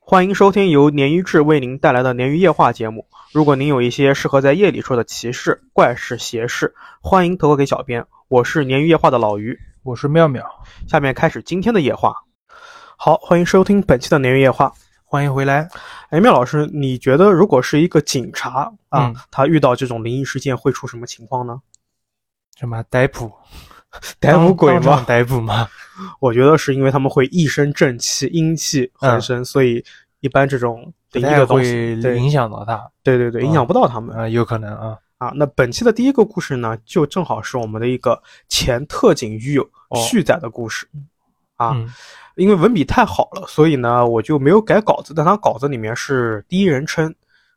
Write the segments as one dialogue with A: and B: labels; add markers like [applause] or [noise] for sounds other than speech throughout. A: 欢迎收听由鲶鱼志为您带来的鲶鱼夜话节目。如果您有一些适合在夜里说的奇事、怪事、邪事，欢迎投稿给小编。我是鲶鱼夜话的老于，
B: 我是妙妙，
A: 下面开始今天的夜话。好，欢迎收听本期的鲶鱼夜话。
B: 欢迎回来。
A: 哎，妙老师，你觉得如果是一个警察啊，
B: 嗯
A: 他遇到这种灵异事件会出什么情况呢？
B: 什么逮捕？
A: [laughs] 逮捕鬼
B: 当当
A: 吗
B: 场？逮捕吗？
A: 我觉得是因为他们会一身正气、阴气横生，所以一般这种
B: 嗯不
A: 灵异
B: 太
A: [laughs] 的东
B: 会
A: 西，对
B: 影响到他啊
A: 对对对，影响不到他们。、
B: 有可能啊。
A: 啊，那本期的第一个故事呢，就正好是我们的一个前特警狱友
B: 哦
A: 旭仔的故事。啊
B: 嗯
A: 因为文笔太好了，所以呢，我就没有改稿子，但他稿子里面是第一人称，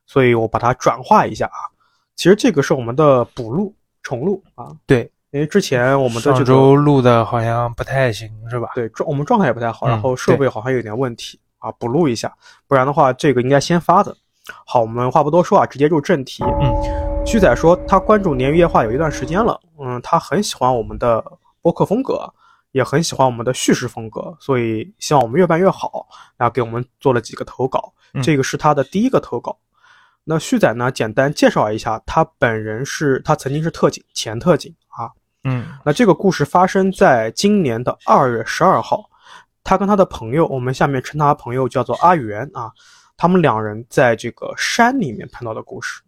A: 所以我把它转化一下啊。其实这个是我们的补录、重录啊，
B: 对，
A: 因为之前我们的这
B: 上
A: 个
B: 周录的好像不太行，是吧？
A: 对状我们状态也不太好，
B: 嗯
A: 然后设备好像有点问题、啊，补录一下，不然的话这个应该先发的。好，我们话不多说啊，直接入正题。
B: 嗯，
A: 旭仔说他关注鲶鱼夜话有一段时间了，嗯，他很喜欢我们的播客风格，也很喜欢我们的叙事风格，所以希望我们越办越好。然后给我们做了几个投稿，
B: 嗯
A: 这个是他的第一个投稿。那旭仔呢，简单介绍一下，他本人是他曾经是特警，前特警啊，
B: 嗯
A: 那这个故事发生在今年的二月十二号，他跟他的朋友，我们下面称他朋友叫做阿元啊，他们两人在这个山里面碰到的故事。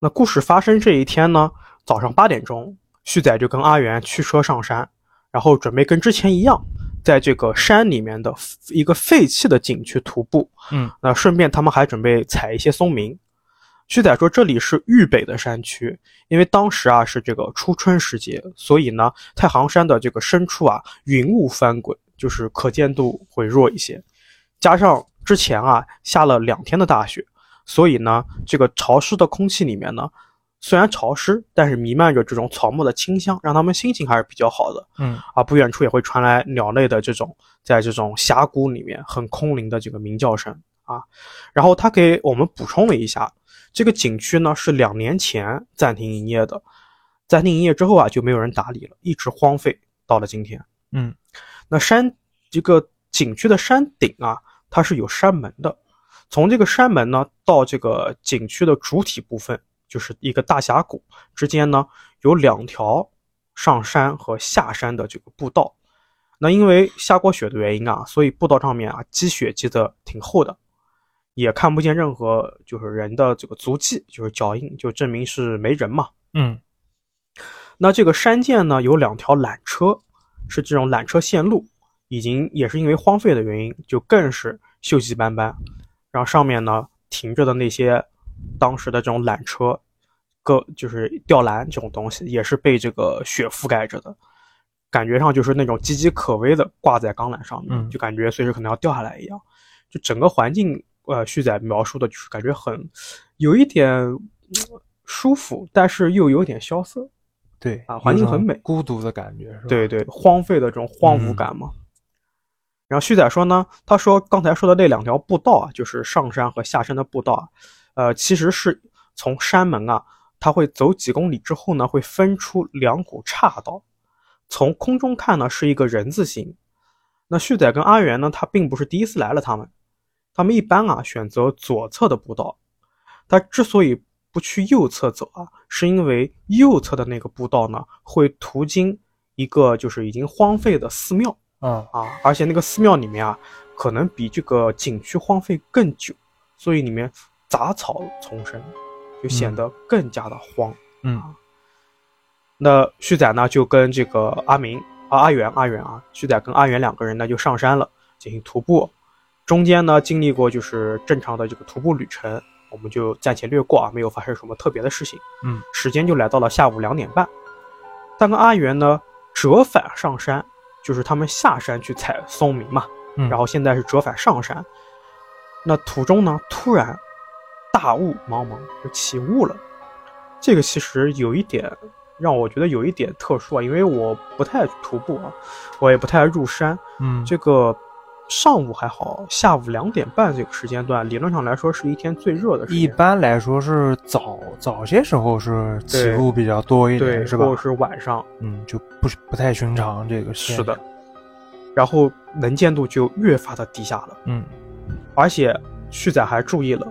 A: 那故事发生这一天呢，早上八点钟，旭仔就跟阿元驱车上山，然后准备跟之前一样，在这个山里面的一个废弃的景区徒步。
B: 嗯
A: 那顺便他们还准备采一些松明。旭仔说这里是豫北的山区，因为当时啊是这个初春时节，所以呢太行山的这个深处啊云雾翻滚，就是可见度会弱一些。加上之前啊下了两天的大雪，所以呢这个潮湿的空气里面呢，虽然潮湿，但是弥漫着这种草木的清香，让他们心情还是比较好的。
B: 嗯
A: 啊，不远处也会传来鸟类的这种在这种峡谷里面很空灵的这个鸣叫声啊。然后他给我们补充了一下，这个景区呢是两年前暂停营业的，暂停营业之后啊就没有人打理了，一直荒废到了今天。
B: 嗯
A: 那山这个景区的山顶啊，它是有山门的。从这个山门呢到这个景区的主体部分，就是一个大峡谷之间呢，有两条上山和下山的这个步道。那因为下过雪的原因啊，所以步道上面啊积雪积得挺厚的，也看不见任何就是人的这个足迹，就是脚印，就证明是没人嘛。
B: 嗯
A: 那这个山涧呢，有两条缆车，是这种缆车线路，已经也是因为荒废的原因，就更是锈迹斑斑。然后上面呢停着的那些当时的这种缆车，各就是吊篮这种东西，也是被这个雪覆盖着的，感觉上就是那种岌岌可危的挂在钢缆上面，
B: 嗯
A: 就感觉随时可能要掉下来一样。就整个环境，呃，旭仔描述的就是感觉很有一点呃舒服，但是又有点萧瑟。
B: 对
A: 啊环境很美
B: 有种孤独的感觉是吧？嗯
A: 对对，荒废的这种荒芜感嘛。然后旭仔说呢，他说刚才说的那两条步道啊，就是上山和下山的步道啊，呃，其实是从山门啊，它会走几公里之后呢，会分出两股岔道，从空中看呢是一个人字形。那旭仔跟阿元呢，他并不是第一次来了，他们，他们一般啊选择左侧的步道，他之所以不去右侧走啊，是因为右侧的那个步道呢，会途经一个就是已经荒废的寺庙
B: 啊，
A: 啊，而且那个寺庙里面啊，可能比这个景区荒废更久，所以里面杂草丛生，就显得更加的荒。啊
B: 嗯
A: 那旭仔呢，就跟这个阿明啊、阿元、阿元啊，旭仔跟阿元两个人呢就上山了，进行徒步。中间呢，经历过就是正常的这个徒步旅程，我们就暂且略过啊，没有发生什么特别的事情。
B: 嗯，
A: 时间就来到了下午两点半。他跟阿元呢折返上山，就是他们下山去采松明嘛，
B: 嗯，
A: 然后现在是折返上山。那途中呢，突然大雾茫茫，就起雾了。这个其实有一点让我觉得有一点特殊啊，因为我不太徒步啊，我也不太入山。
B: 嗯
A: 这个上午还好，下午两点半这个时间段，理论上来说是一天最热的时间，
B: 一般来说是早早些时候是起雾比较多一
A: 对，
B: 点，是吧
A: 或？者是晚上，
B: 嗯，就不不太寻常这个
A: 是
B: 现象
A: 的，。然后能见度就越发的低下了。
B: 嗯
A: 而且旭仔还注意了，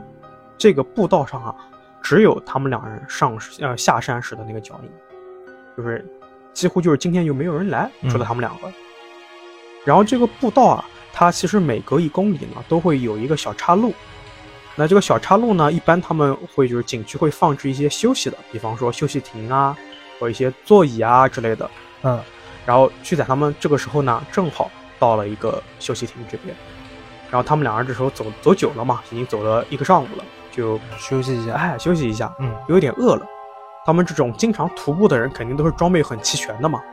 A: 这个步道上啊，只有他们两人上呃下山时的那个脚印，就是几乎就是今天就没有人来，
B: 嗯
A: 除了他们两个。然后这个步道啊，它其实每隔一公里呢都会有一个小岔路。那这个小岔路呢，一般他们会就是景区会放置一些休息的，比方说休息亭啊，或一些座椅啊之类的。
B: 嗯
A: 然后旭仔他们这个时候呢，正好到了一个休息亭这边，然后他们两人这时候走走久了嘛，已经走了一个上午了，就
B: 休息一下，
A: 哎休息一下，
B: 嗯
A: 有点饿了。他们这种经常徒步的人，肯定都是装备很齐全的嘛。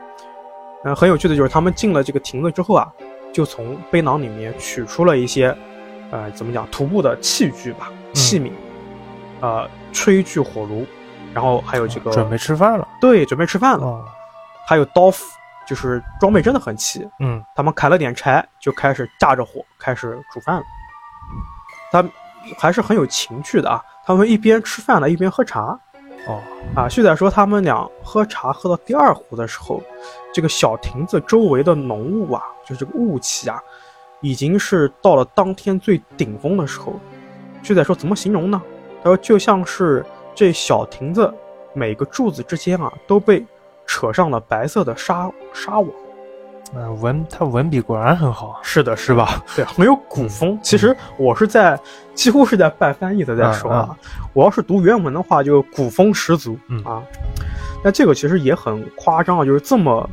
A: 嗯，很有趣的就是他们进了这个亭子之后啊，就从背囊里面取出了一些，呃，怎么讲，徒步的器具吧，
B: 嗯
A: 器皿，呃，炊具、火炉，然后还有这个
B: 哦准备吃饭了。
A: 对准备吃饭了，
B: 哦，
A: 还有刀斧，就是装备真的很齐。
B: 嗯
A: 他们砍了点柴，就开始架着火开始煮饭了。他们还是很有情趣的啊，他们一边吃饭呢，一边喝茶
B: 哦，
A: 啊。旭仔说，他们俩喝茶喝到第二壶的时候，这个小亭子周围的浓雾啊，就是这个雾气啊，已经是到了当天最顶峰的时候。旭仔说，怎么形容呢？他说，就像是这小亭子每个柱子之间啊，都被扯上了白色的纱纱网。
B: 呃文他文笔果然很好，啊
A: 是的，是
B: 是吧？
A: 对， [laughs] 很有古风。其实我是在几乎是在半翻译的在说啊，我要是读原文的话，就古风十足、
B: 嗯
A: 啊。那这个其实也很夸张啊，就是这么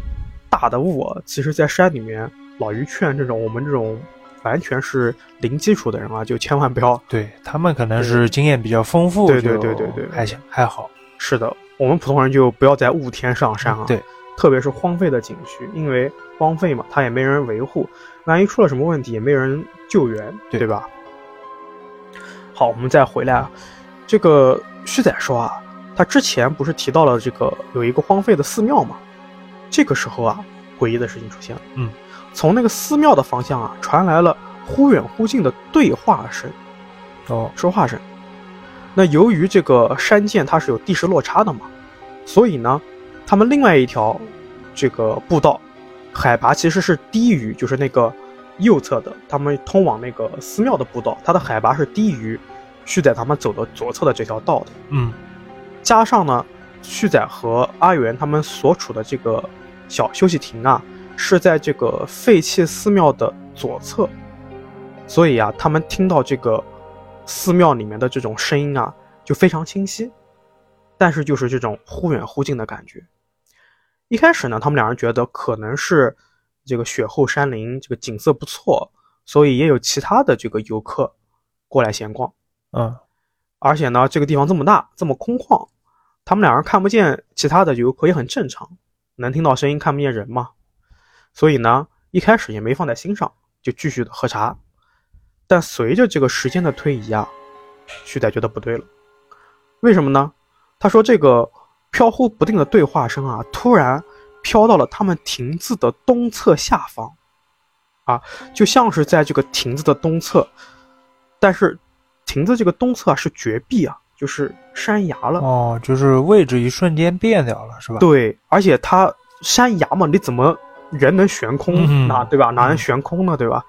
A: 大的雾啊，其实在山里面，老于劝这种我们这种完全是零基础的人啊，就千万不要。
B: 对他们可能是经验比较丰富，
A: 对对
B: 就
A: 对对对对
B: 还行还好。
A: 是的，我们普通人就不要在雾天上山啊。
B: 对，
A: 特别是荒废的景区，因为荒废嘛，它也没人维护，万一出了什么问题也没人救援，
B: 对
A: 吧？好，我们再回来啊。这个旭仔说啊，他之前不是提到了这个有一个荒废的寺庙嘛？这个时候啊，诡异的事情出现了。
B: 嗯，
A: 从那个寺庙的方向啊，传来了忽远忽近的对话声。
B: 哦，
A: 说话声。那由于这个山涧它是有地势落差的嘛，所以呢，他们另外一条这个步道海拔其实是低于，就是那个右侧的他们通往那个寺庙的步道，它的海拔是低于旭仔他们走的左侧的这条道的。
B: 嗯
A: 加上呢，旭仔和阿元他们所处的这个小休息亭啊，是在这个废弃寺庙的左侧，所以啊，他们听到这个寺庙里面的这种声音啊，就非常清晰，但是就是这种忽远忽近的感觉。一开始呢，他们两人觉得可能是这个雪后山林这个景色不错，所以也有其他的这个游客过来闲逛。
B: 嗯
A: 啊而且呢，这个地方这么大，这么空旷，他们两人看不见其他的游客也很正常，能听到声音看不见人嘛。所以呢，一开始也没放在心上，就继续的喝茶。但随着这个时间的推移啊，旭仔觉得不对了，为什么呢？他说这个飘忽不定的对话声啊，突然飘到了他们亭子的东侧下方，啊，就像是在这个亭子的东侧，但是亭子这个东侧啊是绝壁啊，就是山崖了。
B: 哦，就是位置一瞬间变掉了，是吧？
A: 对，而且它山崖嘛，你怎么人能悬空
B: 嗯
A: 哪对吧？哪能悬空呢？对吧？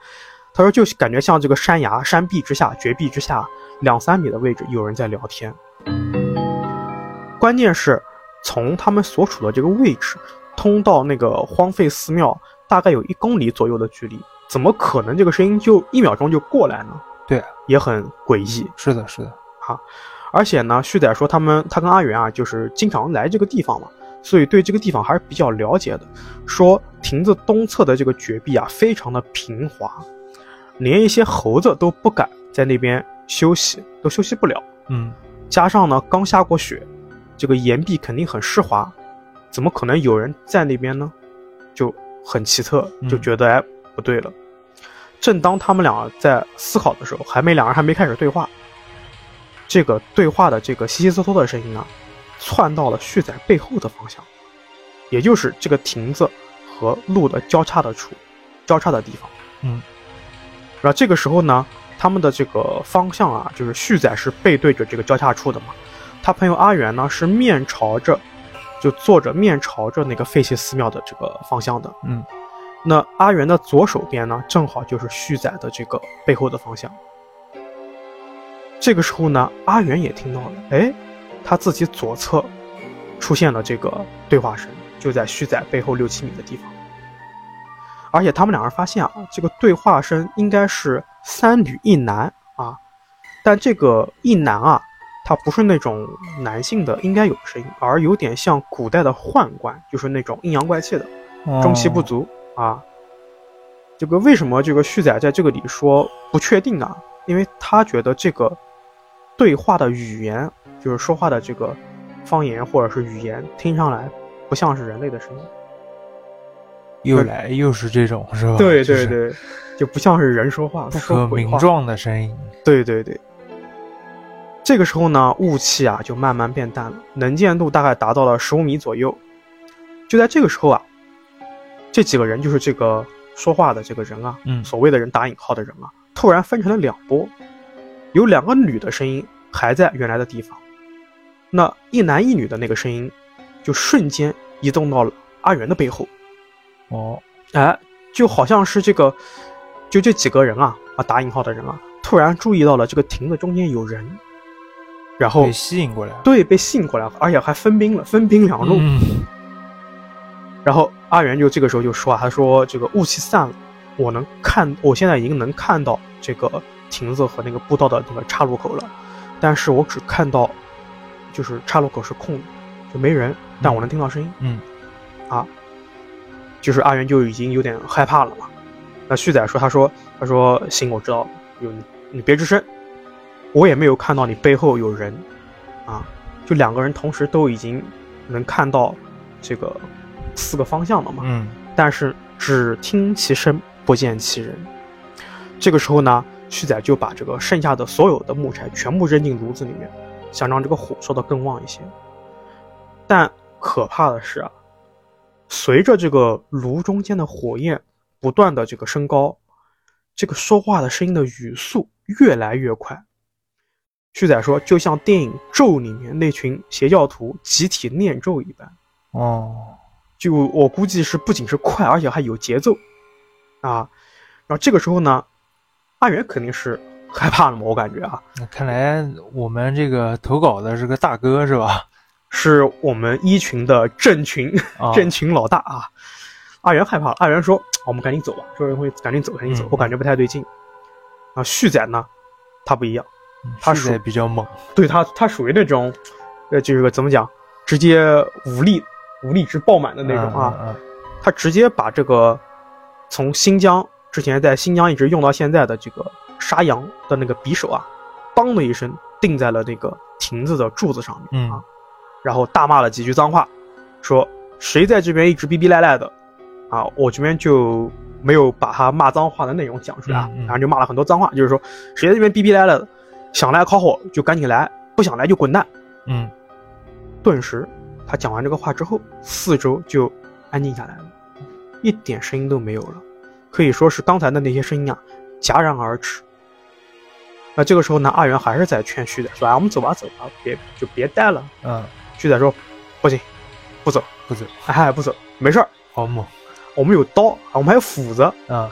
A: 他说，就感觉像这个山崖、山壁之下、绝壁之下两三米的位置，有人在聊天。关键是，从他们所处的这个位置，通到那个荒废寺庙，大概有一公里左右的距离，怎么可能这个声音就一秒钟就过来呢？
B: 对啊，
A: 也很诡异。
B: 是的，是的。
A: 而且呢，旭仔说他们他跟阿元啊，就是经常来这个地方嘛，所以对这个地方还是比较了解的。说亭子东侧的这个绝壁啊，非常的平滑，连一些猴子都不敢在那边休息，都休息不了。
B: 嗯
A: 加上呢，刚下过雪，这个岩壁肯定很湿滑，怎么可能有人在那边呢？就很奇特，
B: 嗯
A: 就觉得哎不对了。正当他们俩在思考的时候，还没两人还没开始对话，这个对话的这个稀稀嗦嗦的声音啊，窜到了旭仔背后的方向，也就是这个亭子和路的交叉的处，交叉的地方。
B: 嗯，
A: 然后这个时候呢，他们的这个方向啊，就是旭仔是背对着这个交叉处的嘛，他朋友阿元呢是面朝着，就坐着面朝着那个废弃寺庙的这个方向的。
B: 嗯，
A: 那阿元的左手边呢，正好就是旭仔的这个背后的方向，这个时候呢，阿元也听到了，哎，他自己左侧出现了这个对话声，就在旭仔背后六七米的地方。而且他们两人发现啊，这个对话声应该是三女一男啊，但这个一男啊，他不是那种男性的应该有的声音，而有点像古代的宦官，就是那种阴阳怪气的，中气不
B: 哦。
A: 足啊。这个为什么这个旭仔在这个里说不确定啊？因为他觉得这个对话的语言，就是说话的这个方言或者是语言，听上来不像是人类的声音。
B: 又来又是这种是吧？
A: 对
B: 啊就是
A: 对对，就不像是人说话，
B: 不
A: 说
B: 可
A: 鬼
B: 名
A: 话。
B: 状的声音。
A: 对对对。这个时候呢，雾气啊就慢慢变淡了，能见度大概达到了十五米左右。就在这个时候啊，这几个人就是这个说话的这个人啊，
B: 嗯
A: 所谓的人打引号的人啊，突然分成了两波，有两个女的声音还在原来的地方，那一男一女的那个声音就瞬间移动到了阿元的背后，
B: 哦，
A: 哎，就好像是这个，就这几个人啊啊打引号的人啊，突然注意到了这个亭子中间有人，然后
B: 被吸引过来了。
A: 哦对被吸引过来了，而且还分兵了，分兵两路。
B: 嗯，
A: 然后阿元就这个时候就说啊，他说这个雾气散了，我能看，我现在已经能看到这个亭子和那个步道的那个岔路口了，但是我只看到就是岔路口是空的，就没人，但我能听到声音。啊
B: 嗯，
A: 就是阿元就已经有点害怕了嘛。那旭仔说，他说他说行，我知道了，有你你别吱声，我也没有看到你背后有人，啊，就两个人同时都已经能看到这个四个方向了嘛。
B: 嗯，
A: 但是只听其声不见其人。这个时候呢，旭仔就把这个剩下的所有的木柴全部扔进炉子里面，想让这个火烧得更旺一些。但可怕的是啊，随着这个炉中间的火焰不断的这个升高，这个说话的声音的语速越来越快。旭仔说，就像电影《咒》里面那群邪教徒集体念咒一般。
B: 哦，
A: 就我估计是不仅是快，而且还有节奏，啊，然后这个时候呢，阿元肯定是害怕了嘛，我感觉啊，
B: 那看来我们这个投稿的是个大哥
A: [laughs]
B: 是吧？
A: 是我们一群的正群
B: 啊，
A: 正群老大啊，阿元害怕了，阿元说：“我们赶紧走吧，说人会赶紧走，赶紧走
B: 嗯，
A: 我感觉不太对劲。”啊，旭仔呢，他不一样，他
B: 是
A: 属
B: 比较猛。
A: 对他他属于那种，呃，这个怎么讲，直接武力武力值爆满的那种啊，
B: 嗯，嗯
A: 他直接把这个从新疆之前在新疆一直用到现在的这个杀羊的那个匕首啊，梆的一声钉在了那个亭子的柱子上面啊，
B: 嗯
A: 然后大骂了几句脏话，说谁在这边一直逼逼赖赖的啊，我这边就没有把他骂脏话的内容讲出来啊，
B: 嗯嗯
A: 然后就骂了很多脏话，就是说谁在这边逼逼赖赖的，想来烤火就赶紧来，不想来就滚蛋。
B: 嗯，
A: 顿时，他讲完这个话之后，四周就安静下来了，一点声音都没有了，可以说是刚才的那些声音啊戛然而止。那这个时候呢，阿元还是在劝旭仔说：“啊，我们走吧，走吧，别就别待了。
B: 嗯，”
A: 旭仔说：“不行，不走，
B: 不走，
A: 哎，不走，没事儿，
B: 好猛
A: 我们有刀，啊我们还有斧子，
B: 啊！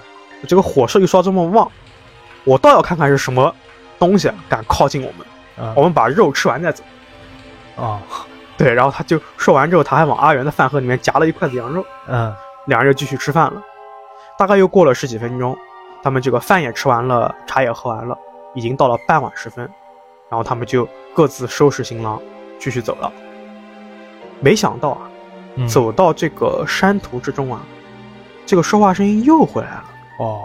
A: 这个火势又烧这么旺，我倒要看看是什么东西敢靠近我们，
B: 啊
A: 我们把肉吃完再走。”哦
B: 啊，
A: 对，然后他就说完之后，他还往阿元的饭盒里面夹了一筷子羊肉，
B: 嗯
A: 两人就继续吃饭了。大概又过了十几分钟，他们这个饭也吃完了，茶也喝完了，已经到了傍晚时分，然后他们就各自收拾行囊，继续走了。没想到啊，
B: 嗯，
A: 走到这个山途之中啊，这个说话声音又回来了，
B: 哦，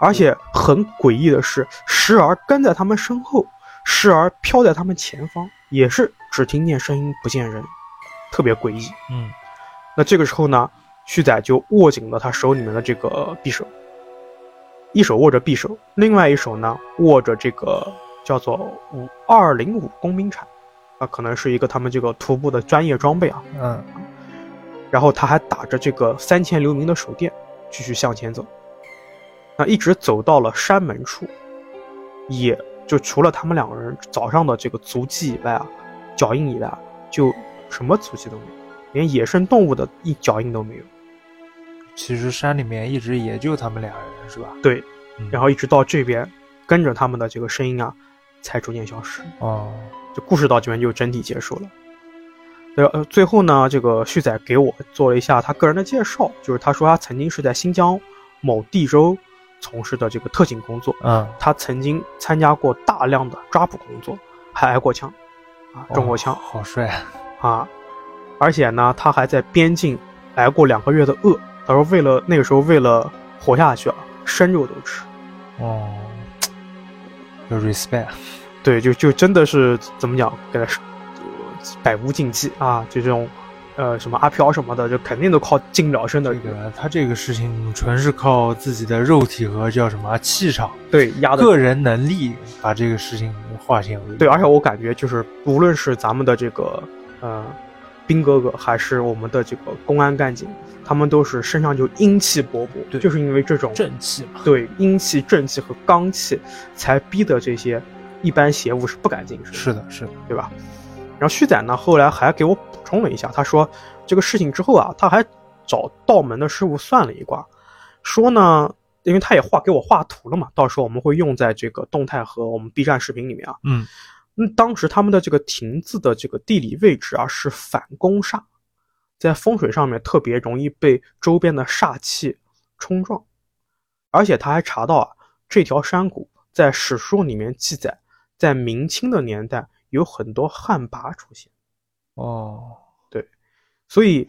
A: 而且很诡异的是，时而跟在他们身后，时而飘在他们前方，也是只听见声音不见人，特别诡异。
B: 嗯
A: 那这个时候呢，旭仔就握紧了他手里面的这个匕首，一手握着匕首，另外一手呢握着这个叫做五二零五工兵铲，啊，可能是一个他们这个徒步的专业装备啊。
B: 嗯
A: 然后他还打着这个三千流明的手电，继续向前走。那一直走到了山门处，也就除了他们两个人早上的这个足迹以外啊，脚印以外啊，就什么足迹都没有，连野生动物的一脚印都没有。
B: 其实山里面一直也就他们俩人是吧？
A: 对，
B: 嗯
A: 然后一直到这边，跟着他们的这个声音啊，才逐渐消失。
B: 哦，
A: 就故事到这边就整体结束了。对，呃，最后呢，这个旭仔给我做了一下他个人的介绍，就是他说他曾经是在新疆某地州从事的这个特警工作，
B: 嗯，
A: 他曾经参加过大量的抓捕工作，还挨过枪，啊，中过枪
B: 哦、好帅啊！
A: 啊，而且呢，他还在边境挨过两个月的饿。他说为了那个时候为了活下去啊，生肉都吃。
B: 哦，有 respect，啊
A: 对，就就真的是怎么讲，给他是百无禁忌啊，就这种，呃，什么阿飘什么的，就肯定都靠近了生的
B: 这，个他这个事情纯是靠自己的肉体和叫什么气场、
A: 对压的，
B: 个人能力把这个事情化险为夷。
A: 对，而且我感觉就是，无论是咱们的这个，呃，兵哥哥，还是我们的这个公安干警，他们都是身上就英气勃勃，
B: 对
A: 就是因为这种
B: 正气嘛，
A: 对英气、正气和刚气，才逼得这些一般邪物是不敢近身的。
B: 是的，是的，
A: 对吧？然后旭仔呢，后来还给我补充了一下，他说这个事情之后啊，他还找道门的师傅算了一卦，说呢，因为他也画给我画图了嘛，到时候我们会用在这个动态和我们 B 站视频里面啊。
B: 嗯，
A: 嗯，当时他们的这个亭子的这个地理位置啊是反攻煞，在风水上面特别容易被周边的煞气冲撞，而且他还查到啊，这条山谷在史书里面记载，在明清的年代有很多旱魃出现，
B: 哦，
A: 所以，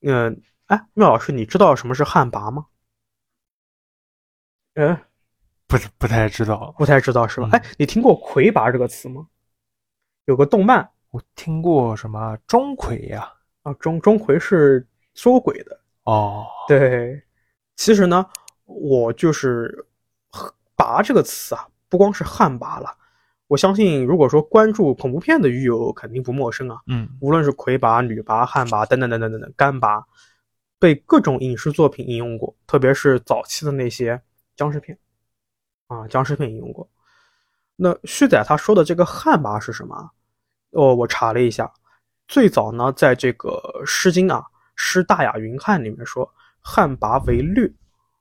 A: 嗯、哎，妙老师，你知道什么是旱魃吗？呃，
B: 不是不太知道，
A: 不太知道是吧？
B: 嗯
A: 哎，你听过魁拔这个词吗？有个动漫
B: 我听过什么钟馗呀、
A: 啊，钟钟馗是捉鬼的，
B: 哦，
A: 对，其实呢，我就是“拔”这个词啊，不光是旱魃了。我相信，如果说关注恐怖片的狱友肯定不陌生啊，
B: 嗯，
A: 无论是魁拔、女拔、旱魃等等等等等等，干拔被各种影视作品引用过，特别是早期的那些僵尸片啊，僵尸片引用过。那旭仔他说的这个旱魃是什么啊？哦，我查了一下，最早呢，在这个《诗经》啊，《诗大雅·云汉》里面说，旱魃为略，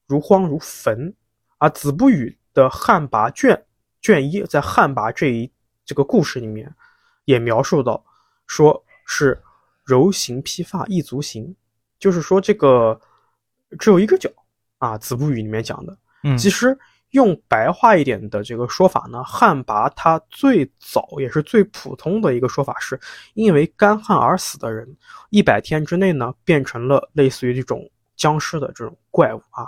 A: 如荒如坟。啊，子不语的《旱魃卷》卷一，在旱魃这一这个故事里面，也描述到说是柔形披发一足行，就是说这个只有一只脚啊。子不语里面讲的，
B: 嗯
A: 其实用白话一点的这个说法呢，旱魃它最早也是最普通的一个说法是，因为干旱而死的人，一百天之内呢变成了类似于这种僵尸的这种怪物啊。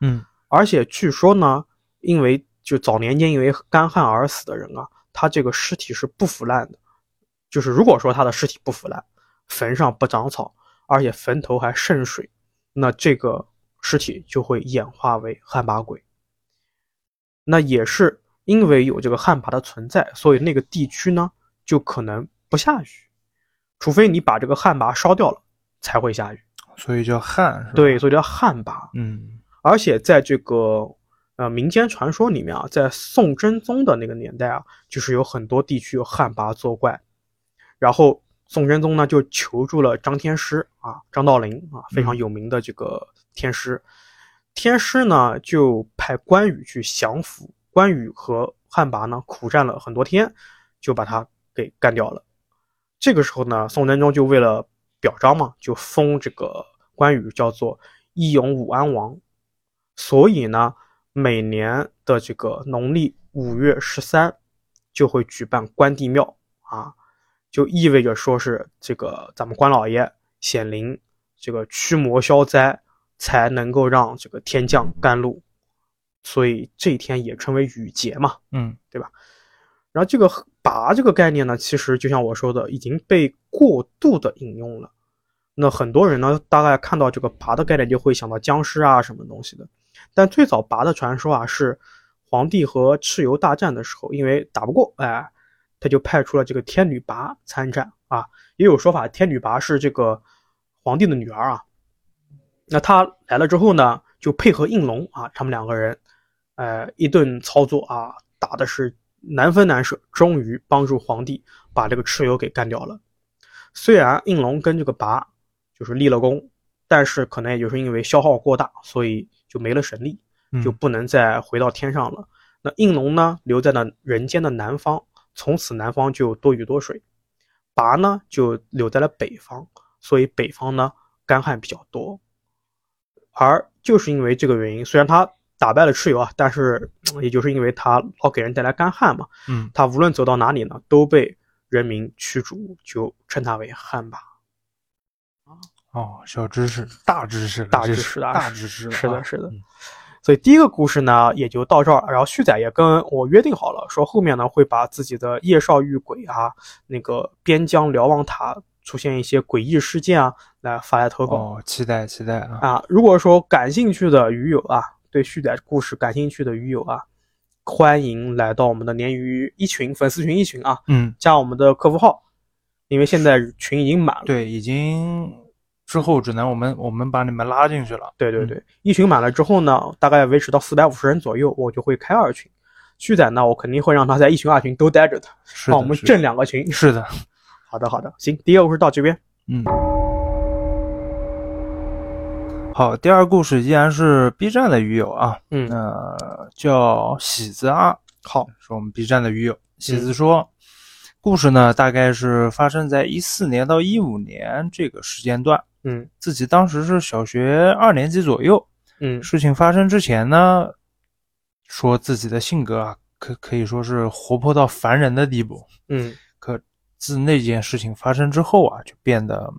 B: 嗯，
A: 而且据说呢，因为就早年间因为干旱而死的人啊，他这个尸体是不腐烂的，就是如果说他的尸体不腐烂，坟上不长草，而且坟头还渗水，那这个尸体就会演化为旱魃鬼。那也是因为有这个旱魃的存在，所以那个地区呢就可能不下雨，除非你把这个旱魃烧掉了才会下雨。
B: 所以叫汉是吧？，
A: 对，所以叫旱魃。
B: 嗯，
A: 而且在这个呃民间传说里面啊，在宋真宗的那个年代啊，就是有很多地区有旱魃作怪，然后宋真宗呢就求助了张天师啊，张道陵啊，非常有名的这个天师。天师呢就派关羽去降服，关羽和旱魃呢苦战了很多天，就把他给干掉了。这个时候呢，宋真宗就为了表彰嘛，就封这个关羽叫做义勇武安王。所以呢，每年的这个农历五月十三就会举办关帝庙啊，就意味着说是这个咱们关老爷显灵，这个驱魔消灾，才能够让这个天降甘露。所以这一天也称为雨节嘛。
B: 嗯，
A: 然后这个“拔”这个概念呢，其实就像我说的，已经被过度的引用了。那很多人呢，大概看到这个“拔”的概念，就会想到僵尸啊什么东西的。但最早“拔”的传说啊，是皇帝和蚩尤大战的时候，因为打不过，哎，他就派出了这个天女拔参战啊。也有说法，天女拔是这个皇帝的女儿啊。那她来了之后呢，就配合应龙啊，他们两个人，呃，一顿操作啊，打的是难分难舍，终于帮助皇帝把这个蚩尤给干掉了。虽然应龙跟这个拔就是立了功，但是可能也就是因为消耗过大，所以就没了神力，
B: 嗯
A: 就不能再回到天上了。那应龙呢留在了人间的南方，从此南方就多雨多水；拔呢就留在了北方，所以北方呢干旱比较多。而就是因为这个原因，虽然他打败了蚩尤啊，但是嗯也就是因为他老给人带来干旱嘛，
B: 嗯，
A: 他无论走到哪里呢，都被人民驱逐，就称他为旱魃。
B: 哦，小知识，大知识了，
A: 大
B: 这
A: 知
B: 是
A: 识大
B: 大
A: 知
B: 知识了啊，
A: 是的，是的
B: 嗯。
A: 所以第一个故事呢，也就到这儿。然后旭仔也跟我约定好了，说后面呢会把自己的夜少遇鬼啊，那个边疆瞭望塔出现一些诡异事件啊，来发来投稿、
B: 哦，期待期待啊，
A: 啊。如果说感兴趣的鱼友啊，对旭仔故事感兴趣的鱼友啊，欢迎来到我们的鲶鱼一群粉丝群一群啊，
B: 嗯，
A: 加我们的客服号，因为现在群已经满了。
B: 对，已经之后只能我们我们把你们拉进去了，
A: 对对
B: 嗯
A: 对，一群满了之后呢，大概维持到四百五十人左右，我就会开二群。旭仔呢，我肯定会让他在一群、二群都待着的，
B: 是
A: 让
B: 的，
A: 我们
B: 是的
A: 挣两个群。 [laughs]
B: 是的，
A: 好的，好的，行，第一个故事到这边。
B: 嗯。好，第二故事依然是 B 站的鱼友啊，
A: 嗯
B: 呃，叫喜子啊，好，是我们 B 站的鱼友。喜子说，故事呢大概是发生在一四年到一五年这个时间段，
A: 嗯
B: 自己当时是小学二年级左右。
A: 嗯
B: 事情发生之前呢，说自己的性格啊，可可以说是活泼到烦人的地步。
A: 嗯
B: 可自那件事情发生之后啊，就变得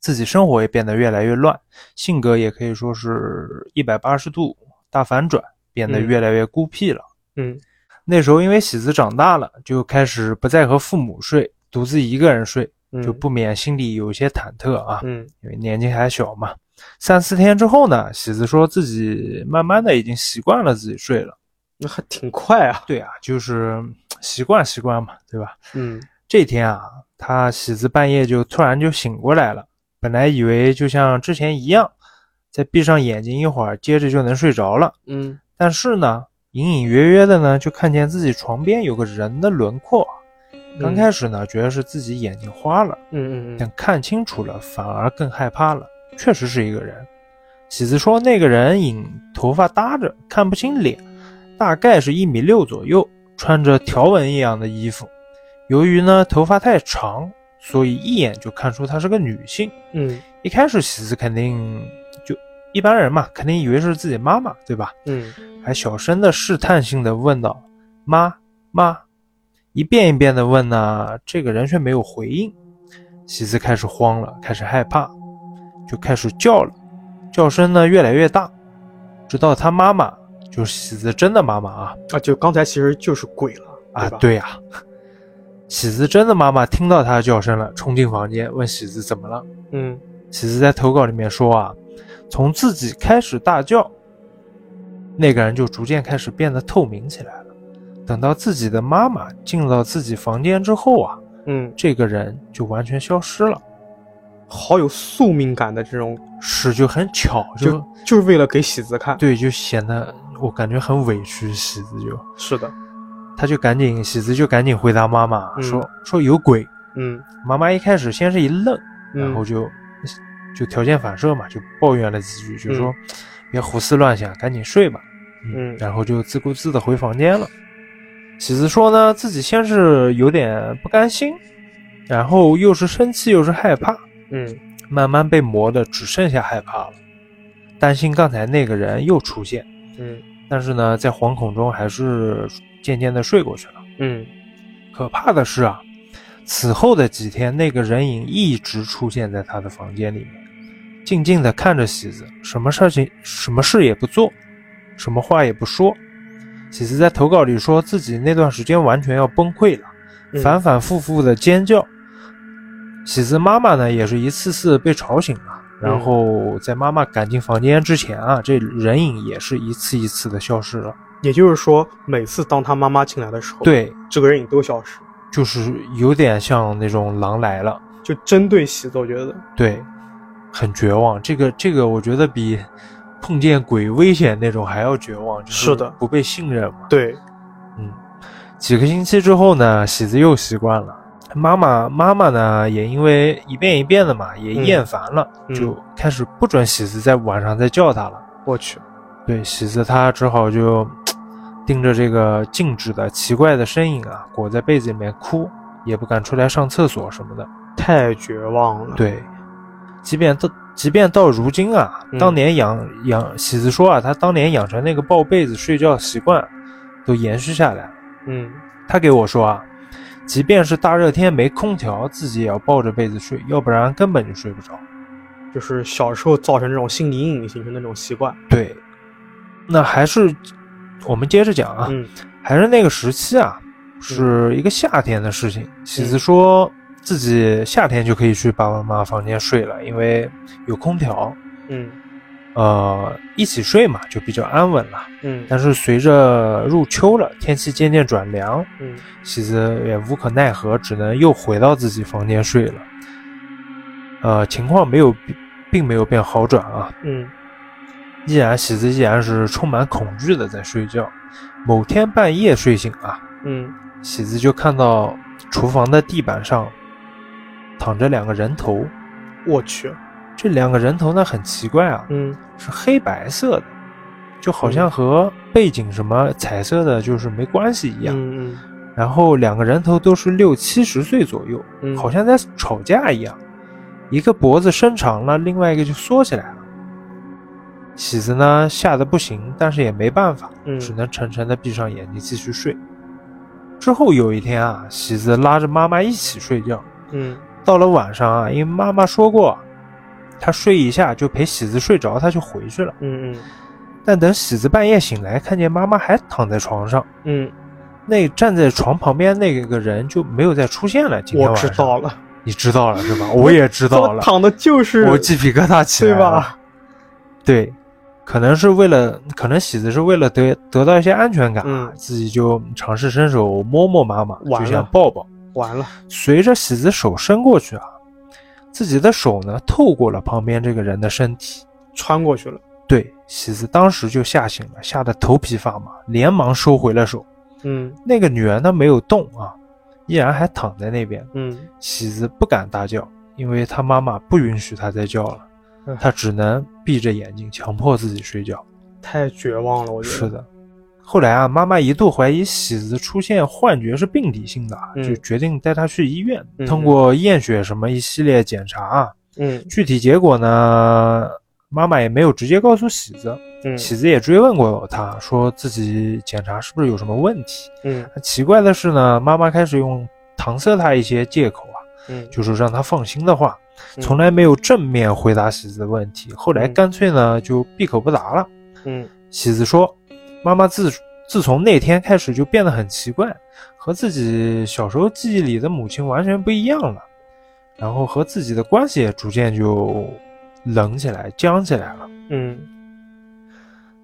B: 自己生活也变得越来越乱，性格也可以说是一百八十度大反转，变得
A: 嗯
B: 越来越孤僻了。
A: 嗯
B: 那时候因为喜子长大了，就开始不再和父母睡，独自一个人睡，
A: 嗯，
B: 就不免心里有些忐忑啊，
A: 嗯
B: 因为年纪还小嘛。三四天之后呢，喜子说自己慢慢的已经习惯了自己睡了。
A: 那还挺快
B: [laughs]
A: 啊。
B: 对啊，就是嗯习惯习惯嘛，对吧？
A: 嗯
B: 这天啊，他喜子半夜就突然就醒过来了，本来以为就像之前一样，再闭上眼睛一会儿，接着就能睡着了。
A: 嗯
B: 但是呢，隐隐约约的呢，就看见自己床边有个人的轮廓。啊刚开始呢，觉得是自己眼睛花了，
A: 嗯嗯
B: 但看清楚了，反而更害怕了，确实是一个人。喜子说，那个人影头发搭着，看不清脸，大概是一米六左右，穿着条纹一样的衣服。由于呢头发太长，所以一眼就看出她是个女性。
A: 嗯
B: 一开始喜子肯定就一般人嘛，肯定以为是自己妈妈，对吧？
A: 嗯
B: 还小声的试探性的问道：“妈妈。”一遍一遍的问呢，这个人却没有回应。喜子开始慌了，开始害怕，就开始叫了，叫声呢越来越大，直到他妈妈，就是喜子真的妈妈啊，
A: 啊，就刚才其实就是鬼了
B: 啊，
A: 吧？
B: 对呀、 [laughs] 喜子真的妈妈听到他的叫声了，冲进房间问喜子怎么了。
A: 嗯
B: 喜子在投稿里面说啊，从自己开始大叫，那个人就逐渐开始变得透明起来了。等到自己的妈妈进到自己房间之后啊，
A: 嗯，
B: 这个人就完全消失了。
A: 好有宿命感的这种，
B: 是就很巧，就
A: 就就是为了给喜子看。
B: 对，就显得我感觉很委屈。喜子就，
A: 是的，
B: 他就赶紧，喜子就赶紧回答妈妈、
A: 嗯
B: 说说有鬼。
A: 嗯
B: 妈妈一开始先是一愣，
A: 嗯
B: 然后就就条件反射嘛，就抱怨了几句，就说、别胡思乱想，赶紧睡吧。
A: 嗯
B: 然后就自顾自的回房间了。喜子说呢，自己先是有点不甘心，然后又是生气又是害怕，
A: 嗯
B: 慢慢被磨的只剩下害怕了，担心刚才那个人又出现，
A: 嗯
B: 但是呢，在惶恐中还是渐渐的睡过去了。
A: 嗯
B: 可怕的是啊，此后的几天，那个人影一直出现在他的房间里面，静静地看着喜子，什么事情什么事也不做，什么话也不说。喜子在投稿里说自己那段时间完全要崩溃了，
A: 嗯，
B: 反反复复的尖叫。喜子妈妈呢，也是一次次被吵醒了，然后在妈妈赶进房间之前啊，这人影也是一次一次的消失了。
A: 也就是说，每次当他妈妈进来的时候，，
B: 对，
A: 这个人影都消失，
B: 就是有点像那种狼来了。
A: 就针对喜子，我觉得，
B: 对，很绝望。这个这个，我觉得比碰见鬼危险那种还要绝望，就是
A: 的
B: 不被信任嘛。
A: 对，
B: 嗯，几个星期之后呢，喜子又习惯了。妈妈妈妈呢，也因为一遍一遍的嘛，也
A: 嗯
B: 厌烦了，
A: 嗯
B: 就开始不准喜子在晚上再叫他了。
A: 我去，
B: 对，喜子他只好就。盯着这个静止的奇怪的身影啊，裹在被子里面哭，也不敢出来上厕所什么的。
A: 太绝望了。，
B: 对，即便到即便到如今啊，
A: 嗯
B: 当年养、养喜子说啊，他当年养成那个抱被子睡觉习惯，都延续下来。
A: 嗯
B: 他给我说啊，即便是大热天没空调，自己也要抱着被子睡，要不然根本就睡不着。
A: 就是小时候造成这种心理阴影形成的那种习惯。
B: 对，那还是我们接着讲啊，
A: 嗯
B: 还是那个时期啊，是一个夏天的事
A: 嗯
B: 情。喜子说自己夏天就可以去爸爸妈妈房间睡了，因为有空调，
A: 嗯
B: 呃，一起睡嘛，就比较安稳了。
A: 嗯
B: 但是随着入秋了，天气渐渐转凉，
A: 嗯
B: 喜子也无可奈何，只能又回到自己房间睡了。呃，情况没有，并没有变好转啊，
A: 嗯
B: 依然喜子依然是充满恐惧的在睡觉。某天半夜睡醒啊，
A: 嗯
B: 喜子就看到厨房的地板上躺着两个人头，
A: 我去，
B: 这两个人头呢很奇怪啊，
A: 嗯
B: 是黑白色的，就好像和背景什么彩色的就是没关系一样。
A: 嗯嗯
B: 然后两个人头都是六七十岁左右，
A: 嗯，
B: 好像在吵架一样，一个脖子伸长了，另外一个就缩起来了。喜子呢吓得不行，但是也没办法，
A: 嗯
B: 只能沉沉的闭上眼睛继续睡。之后有一天啊，喜子拉着妈妈一起睡觉。
A: 嗯
B: 到了晚上啊，因为妈妈说过，她睡一下就陪喜子睡着，她就回去了。
A: 嗯
B: 但等喜子半夜醒来，看见妈妈还躺在床上，
A: 嗯嗯，
B: 那站在床旁边那个人就没有再出现了。今天
A: 我
B: 晚
A: 知
B: 上
A: 道了，
B: 你知道了是吧？我也知
A: [laughs]
B: 道
A: 我
B: 了，
A: 躺的就是
B: 我鸡皮疙瘩起来
A: 对
B: 了，
A: 吧？
B: 对，可能是为了，可能喜子是为了得得到一些安全感，
A: 嗯
B: 自己就尝试伸手摸摸妈妈，
A: 完
B: 就
A: 了
B: 想抱抱。
A: 完了，
B: 随着喜子手伸过去啊，自己的手呢透过了旁边这个人的身体，
A: 穿过去了。
B: 对，喜子当时就吓醒了，吓得头皮发麻，连忙收回了手。
A: 嗯
B: 那个女人呢没有动啊，依然还躺在那边。
A: 嗯
B: 喜子不敢大叫，因为她妈妈不允许她再叫了
A: 嗯，
B: 她只能闭着眼睛强迫自己睡觉。
A: 太绝望了，我觉得。
B: 是的。后来啊，妈妈一度怀疑喜子出现幻觉是病理性的啊，
A: 嗯
B: 就决定带她去医院，
A: 嗯
B: 通过验血什么一系列检查啊。
A: 嗯
B: 具体结果呢，妈妈也没有直接告诉喜子，
A: 嗯
B: 喜子也追问过她，说自己检查是不是有什么问题。
A: 嗯
B: 奇怪的是呢，妈妈开始用搪塞她一些借口啊，
A: 嗯，
B: 就是让她放心的话，
A: 嗯
B: 从来没有正面回答喜子的问题。后来
A: 嗯
B: 干脆呢就闭口不答了。
A: 嗯
B: 喜子说，妈妈自自从那天开始就变得很奇怪，和自己小时候记忆里的母亲完全不一样了，然后和自己的关系也逐渐就冷起来、僵起来了。
A: 嗯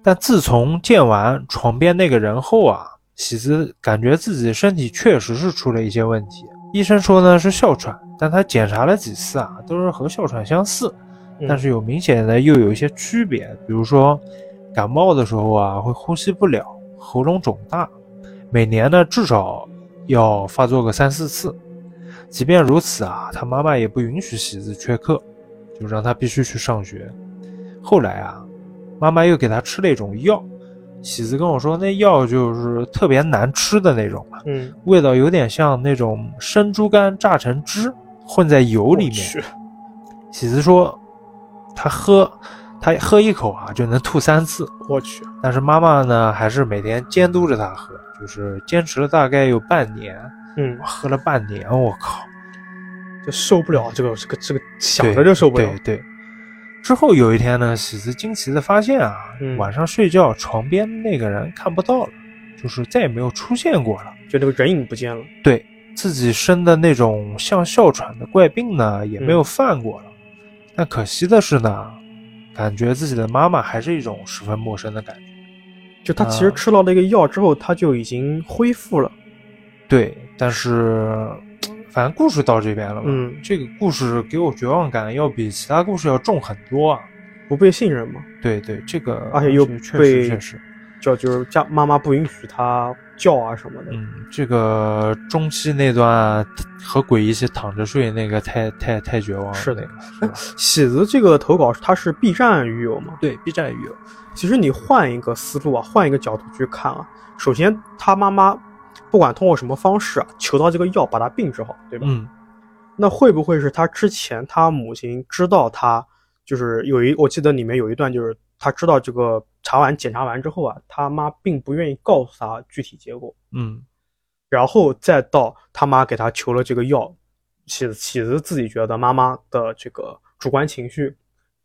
B: 但自从见完床边那个人后啊，喜子感觉自己身体确实是出了一些问题。医生说呢是哮喘，但他检查了几次啊，都是和哮喘相似，
A: 嗯，
B: 但是有明显的又有一些区别，比如说感冒的时候啊，会呼吸不了，喉咙肿大，每年呢至少要发作个三四次。即便如此啊，他妈妈也不允许喜子缺课，就让他必须去上学。后来啊，妈妈又给他吃了一种药，喜子跟我说那药就是特别难吃的那种啊，
A: 嗯
B: 味道有点像那种生猪肝榨成汁混在油里面，喜子说，他喝他喝一口啊就能吐三次，
A: 我去，
B: 但是妈妈呢还是每天监督着他喝，就是坚持了大概有半年，
A: 嗯
B: 我，喝了半年，我靠，
A: 就受不了这个这个这个，想
B: 对
A: 着就受不了
B: 对。对。之后有一天呢，喜子惊奇的发现啊，
A: 嗯
B: 晚上睡觉床边那个人看不到了，就是再也没有出现过了。
A: 就那个人影不见了。
B: 对自己生的那种像哮喘的怪病呢，也没有犯过了。但可惜的是呢，感觉自己的妈妈还是一种十分陌生的感觉。
A: 就他
B: 啊
A: 其实吃了那个药之后，他就已经恢复了。
B: 对，但是反正故事到这边了嘛，
A: 嗯
B: 这个故事给我绝望感要比其他故事要重很多啊。
A: 不被信任嘛，
B: 对对，这个
A: 而且又
B: 确实
A: 被
B: 确实
A: 这就是家妈妈不允许他叫啊什么的。
B: 嗯，这个中期那段和鬼一起躺着睡那个太太太绝望了。
A: 是的
B: 那
A: 哎
B: 个
A: 喜子这个投稿它是 B 站鱼友嘛？
B: 对 B 站也有，
A: 其实你换一个思路啊，换一个角度去看啊，首先他妈妈不管通过什么方式啊，求到这个药把他病治好，对吧？
B: 嗯
A: 那会不会是他之前他母亲知道他就是有一，我记得里面有一段就是他知道这个查完检查完之后啊，他妈并不愿意告诉他具体结果，
B: 嗯
A: 然后再到他妈给他求了这个药，喜喜子自己觉得妈妈的这个主观情绪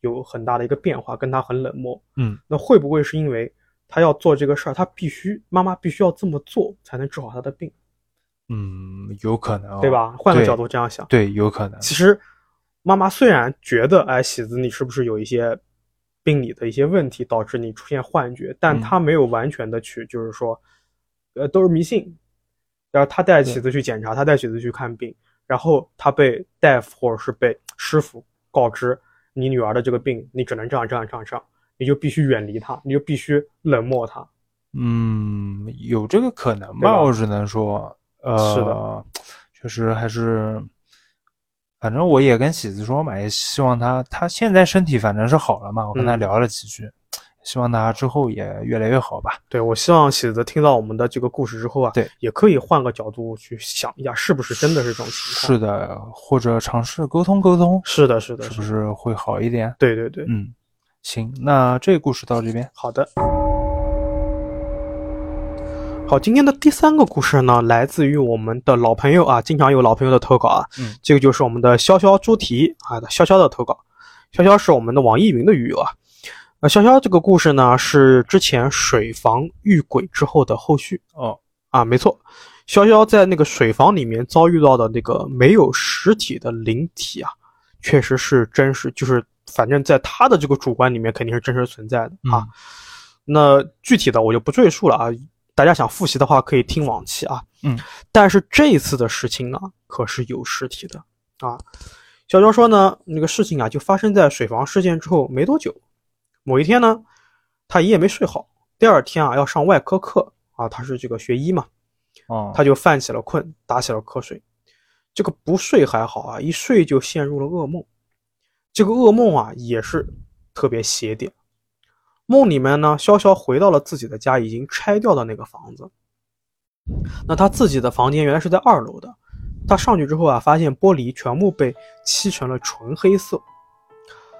A: 有很大的一个变化，跟他很冷漠。
B: 嗯，
A: 那会不会是因为他要做这个事儿，他必须妈妈必须要这么做才能治好他的病，
B: 嗯，有可能、
A: 对？吧？换个
B: 对
A: 角度这样想，
B: 对，有可能。
A: 其实妈妈虽然觉得，哎，喜子你是不是有一些病理的一些问题，导致你出现幻觉，但
B: 嗯
A: 她没有完全的去，就是说，呃，都是迷信。然后她带
B: 对
A: 喜子去检查，她带喜子去看病，然后她被大夫或者是被师傅告知，你女儿的这个病，你只能这样这样这样这样，你就必须远离她，你就必须冷漠她。
B: 嗯，有这个可能
A: 对吧
B: 吧，我只能说，呃，
A: 是
B: 确实还是，反正我也跟喜子说嘛，也希望他，他现在身体反正是好了嘛，我跟他
A: 嗯
B: 聊了几句，希望他之后也越来越好吧。
A: 对，我希望喜子听到我们的这个故事之后啊，
B: 对，
A: 也可以换个角度去想一下，是不是真的是这种情况？
B: 是的，或者尝试沟通沟通，
A: 是的，是的，
B: 是不是会好一点？
A: 对对对，
B: 嗯，行，那这个故事到这边，
A: 好的。好，今天的第三个故事呢，来自于我们的老朋友啊，经常有老朋友的投稿啊，
B: 嗯
A: 这个就是我们的潇潇猪蹄啊，潇潇的投稿，潇潇是我们的网易云的鱼友啊，呃，潇潇这个故事呢是之前水房遇鬼之后的后续
B: 哦，
A: 啊，没错，潇潇在那个水房里面遭遇到的那个没有实体的灵体啊，确实是真实，就是反正在他的这个主观里面肯定是真实存在的啊。
B: 嗯
A: 那具体的我就不赘述了啊，大家想复习的话可以听往期啊。
B: 嗯，
A: 但是这一次的事情啊，可是有实体的啊。小娇说呢，那个事情啊，就发生在水房事件之后没多久。某一天呢，他一夜没睡好，第二天啊要上外科课啊，他是这个学医嘛，
B: 哦，
A: 他就犯起了困，打起了瞌睡。这个不睡还好啊，一睡就陷入了噩梦。这个噩梦啊，也是特别邪点。梦里面呢，潇潇回到了自己的家已经拆掉的那个房子。那他自己的房间原来是在二楼的，他上去之后啊，发现玻璃全部被漆成了纯黑色。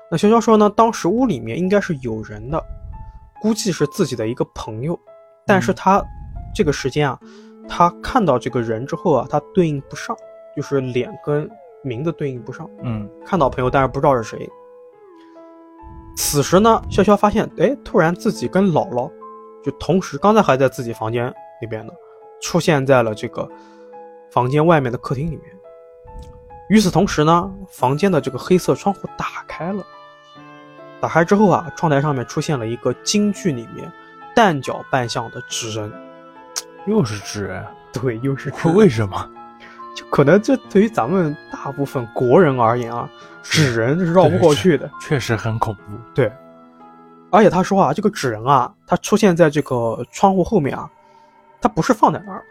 A: 那潇潇说呢，当时屋里面应该是有人的，估计是自己的一个朋友，但是
B: 嗯
A: 他这个时间啊，他看到这个人之后啊，他对应不上，就是脸跟名字对应不上。
B: 嗯
A: 看到朋友，但是不知道是谁。此时呢，潇潇发现，哎，突然自己跟姥姥，就同时刚才还在自己房间里边呢，出现在了这个房间外面的客厅里面。与此同时呢，房间的这个黑色窗户打开了，打开之后啊，窗台上面出现了一个京剧里面旦角扮相的纸人。
B: 又是纸人，
A: 对，又是纸人
B: 为什么？
A: 就可能这对于咱们大部分国人而言啊，纸人是绕不过去的。
B: 确实很恐怖。
A: [laughs] 而且他说啊，这个纸人啊，他出现在这个窗户后面啊，他不是放在那儿，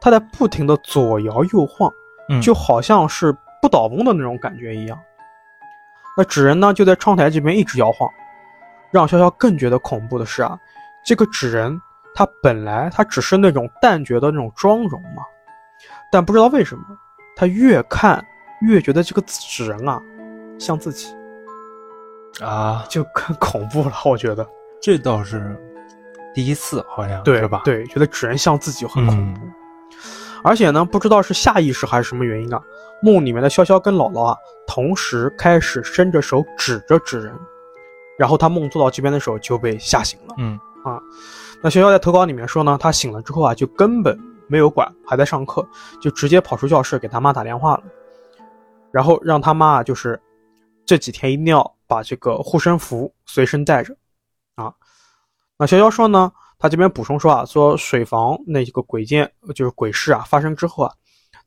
A: 他在不停的左摇右晃，
B: 嗯
A: 就好像是不倒翁的那种感觉一样。那纸人呢，就在窗台这边一直摇晃。让潇潇更觉得恐怖的是啊，这个纸人他本来他只是那种淡绝的那种妆容嘛，但不知道为什么，他越看越觉得这个纸人啊像自己，
B: 啊，
A: 就更恐怖了。我觉得，
B: 这倒是第一次，好像
A: 对
B: 是吧？，
A: 对，觉得纸人像自己很恐怖，
B: 嗯
A: 而且呢，不知道是下意识还是什么原因啊，梦里面的潇潇跟姥姥啊，同时开始伸着手指着纸人，然后他梦做到这边的时候就被吓醒了。
B: 嗯
A: 那潇潇在投稿里面说呢，他醒了之后啊，就根本没有管，还在上课，就直接跑出教室给他妈打电话了，然后让他妈啊，就是这几天一定要把这个护身符随身带着啊。那潇潇说呢，他这边补充说啊，说水房那个鬼见就是鬼事啊发生之后啊，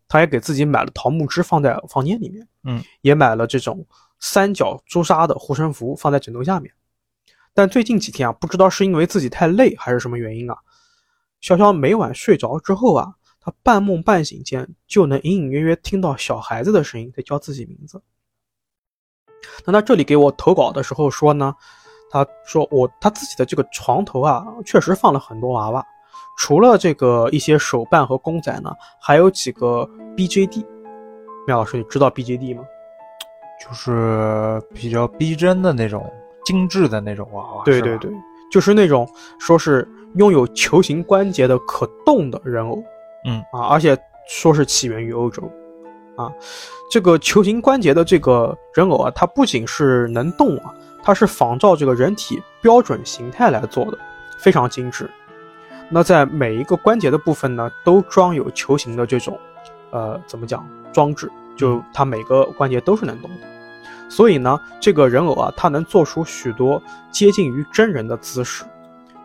A: 他也给自己买了桃木枝放在房间里面，
B: 嗯，
A: 也买了这种三角朱砂的护身符放在枕头下面。但最近几天啊，不知道是因为自己太累还是什么原因啊，潇潇每晚睡着之后啊，他半梦半醒间就能隐隐约约听到小孩子的声音在叫自己名字。那他这里给我投稿的时候说呢，他说我他自己的这个床头啊，确实放了很多娃娃，除了这个一些手办和公仔呢，还有几个 BJD。苗老师，你知道 BJD 吗？
B: 就是比较逼真的那种精致的那种娃娃，
A: 对
B: 啊是吧
A: 对对，就是那种说是拥有球形关节的可动的人偶，
B: 嗯
A: 啊，而且说是起源于欧洲，啊，这个球形关节的这个人偶啊，它不仅是能动啊，它是仿照这个人体标准形态来做的，非常精致。那在每一个关节的部分呢，都装有球形的这种，呃，怎么讲装置，就它每个关节都是能动的。所以呢，这个人偶啊，它能做出许多接近于真人的姿势，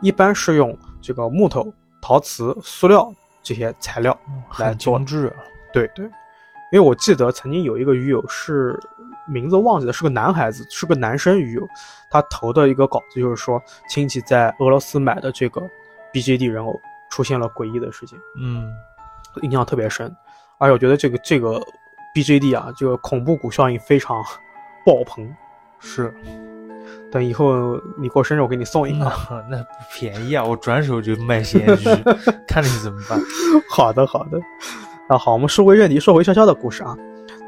A: 一般是用这个木头、陶瓷、塑料这些材料来
B: 很
A: 做
B: 精致。
A: 对对，因为我记得曾经有一个鱼友是名字忘记了，是个男孩子，是个男生鱼友，他投的一个稿子就是说亲戚在俄罗斯买的这个 BJD 人偶出现了诡异的事情，
B: 嗯，
A: 印象特别深。而且我觉得这个这个 BJD 啊，这个恐怖谷效应非常 [laughs] 爆棚。
B: 是，
A: 等以后你过生日，我给你送一个。
B: 那那不便宜啊！我转手就卖闲
A: [laughs]
B: 鱼，看你怎么办。
A: 好的，好的。啊，好，我们收回任迪，说回潇潇的故事啊。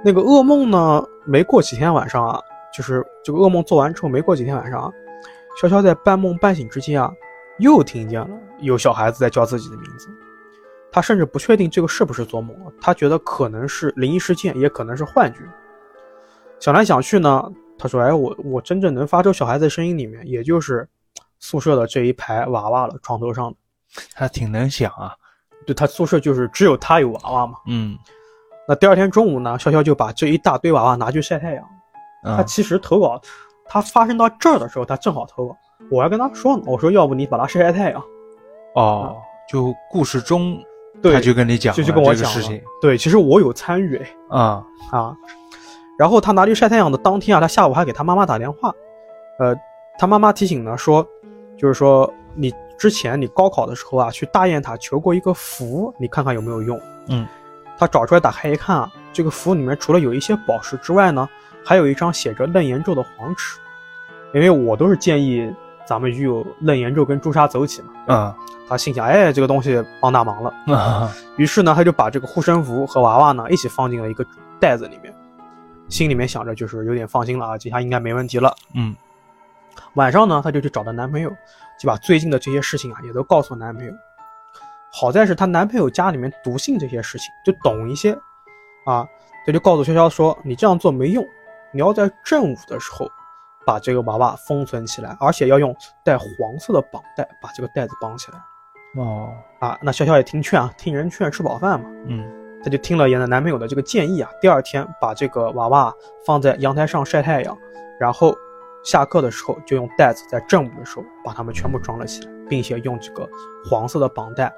A: 那个噩梦呢，没过几天晚上啊，就是这个噩梦做完之后，没过几天晚上啊，潇潇在半梦半醒之间啊，又听见了有小孩子在叫自己的名字。他甚至不确定这个是不是做梦啊，他觉得可能是灵异事件，也可能是幻觉。想来想去呢，他说：“哎，我我真正能发出小孩子的声音里面，也就是宿舍的这一排娃娃了，床头上的。
B: 他挺能想啊。
A: 对他宿舍就是只有他有娃娃嘛。”
B: 嗯，
A: 那第二天中午呢，潇潇就把这一大堆娃娃拿去晒太阳。他
B: 啊，
A: 其实投稿，他发生到这儿的时候，他正好投稿。我还跟他说呢，我说要不你把它晒晒太阳。
B: 哦，就故事中
A: 啊对
B: 他就跟你讲
A: 就
B: 了
A: 就跟我
B: 这个
A: 讲
B: 事
A: 了
B: 情
A: 对，其实我有参与哎
B: 啊。
A: 啊。然后他拿去晒太阳的当天啊，他下午还给他妈妈打电话，呃，他妈妈提醒呢说，就是说你之前你高考的时候啊，去大雁塔求过一个符，你看看有没有用。
B: 嗯，
A: 他找出来打开一看啊，这个符里面除了有一些宝石之外呢，还有一张写着楞严咒的黄纸。因为我都是建议咱们鱼友楞严咒跟朱砂走起嘛。
B: 啊
A: 他心想，哎，这个东西帮大忙了。
B: 啊，
A: 于是呢，他就把这个护身符和娃娃呢一起放进了一个袋子里面，心里面想着就是有点放心了啊，这下应该没问题了。
B: 嗯
A: 晚上呢，她就去找她男朋友，就把最近的这些事情啊也都告诉男朋友。好在是她男朋友家里面笃信这些事情，就懂一些，啊，他就告诉潇潇说：“你这样做没用，你要在正午的时候把这个娃娃封存起来，而且要用带黄色的绑带把这个袋子绑起来。
B: 哦”
A: 啊，那潇潇也听劝啊，听人劝吃饱饭嘛，
B: 嗯
A: 她就听了妍的男朋友的这个建议啊，第二天把这个娃娃放在阳台上晒太阳，然后下课的时候就用袋子在正午的时候把它们全部装了起来，并且用这个黄色的绑带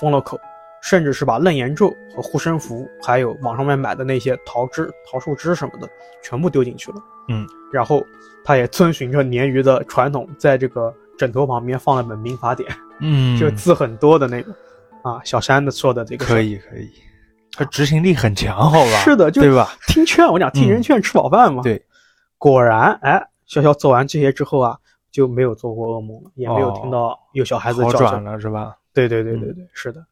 A: 封了口，甚至是把楞严咒和护身符，还有网上面买的那些桃枝、桃树枝什么的，全部丢进去了。
B: 嗯，
A: 然后她也遵循着鲶鱼的传统，在这个枕头旁边放了本民法典，
B: 嗯，
A: 就字很多的那个。啊，小山的说的这个
B: 可以可以，他执行力很强，好吧？
A: 是的就
B: 对吧？嗯
A: 听劝，我讲听人劝吃饱饭嘛。
B: 对，
A: 果然，哎，潇潇做完这些之后啊，就没有做过噩梦了，也没有
B: 哦
A: 听到有小孩子
B: 好
A: 叫
B: 转
A: 声。
B: 了嗯是吧？
A: 对对对对对，是的。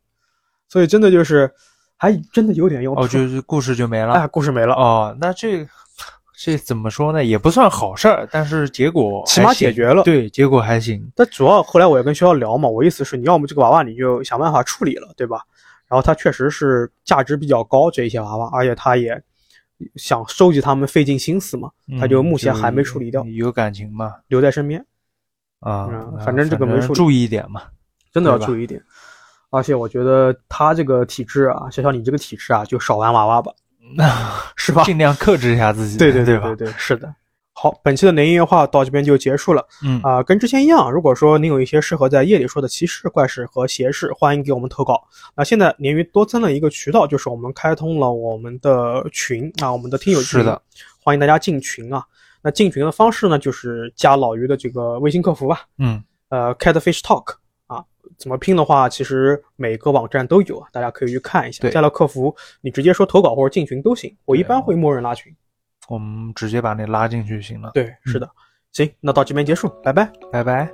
A: 所以真的就是，还真的有点用处。
B: 哦，就是故事就没了。
A: 哎，故事没了，
B: 哦，那这这怎么说呢？也不算好事儿，但是结果
A: 起码
B: 还行
A: 解决了
B: 对，结果还行。
A: 但主要后来我也跟潇潇聊嘛，我意思是，你要么这个娃娃你就想办法处理了，对吧？然后它确实是价值比较高这一些娃娃，而且他也想收集它们，费尽心思嘛，
B: 嗯
A: 他就目前还没处理掉，
B: 有感情嘛？
A: 留在身边。
B: 啊
A: 嗯，
B: 那
A: 反正这个没处理
B: 注意一点嘛。
A: 真的要
B: 对吧
A: 注意一点。而且我觉得他这个体质啊，小小你这个体质啊，就少玩娃娃吧，
B: 那
A: [laughs] 是吧？
B: [laughs] 尽量克制一下自己。
A: 对对
B: 对
A: 对
B: 吧？
A: 对，是的。好，本期的灵异夜话到这边就结束了
B: 嗯，
A: 啊、跟之前一样，如果说您有一些适合在夜里说的奇事、怪事和邪事，欢迎给我们投稿。那现在鲶鱼多增了一个渠道，就是我们开通了我们的群啊，我们的听友群，
B: 是的，
A: 欢迎大家进群啊。那进群的方式呢，就是加老于的这个微信客服吧，
B: 嗯，
A: 呃，Catfish Talk 啊，怎么拼的话，其实每个网站都有，啊大家可以去看一下。
B: 对
A: 加到客服，你直接说投稿或者进群都行，我一般会默认拉群。
B: 我们直接把那拉进去就行了。
A: 对，是的。行，那到这边结束，拜拜。
B: 拜拜。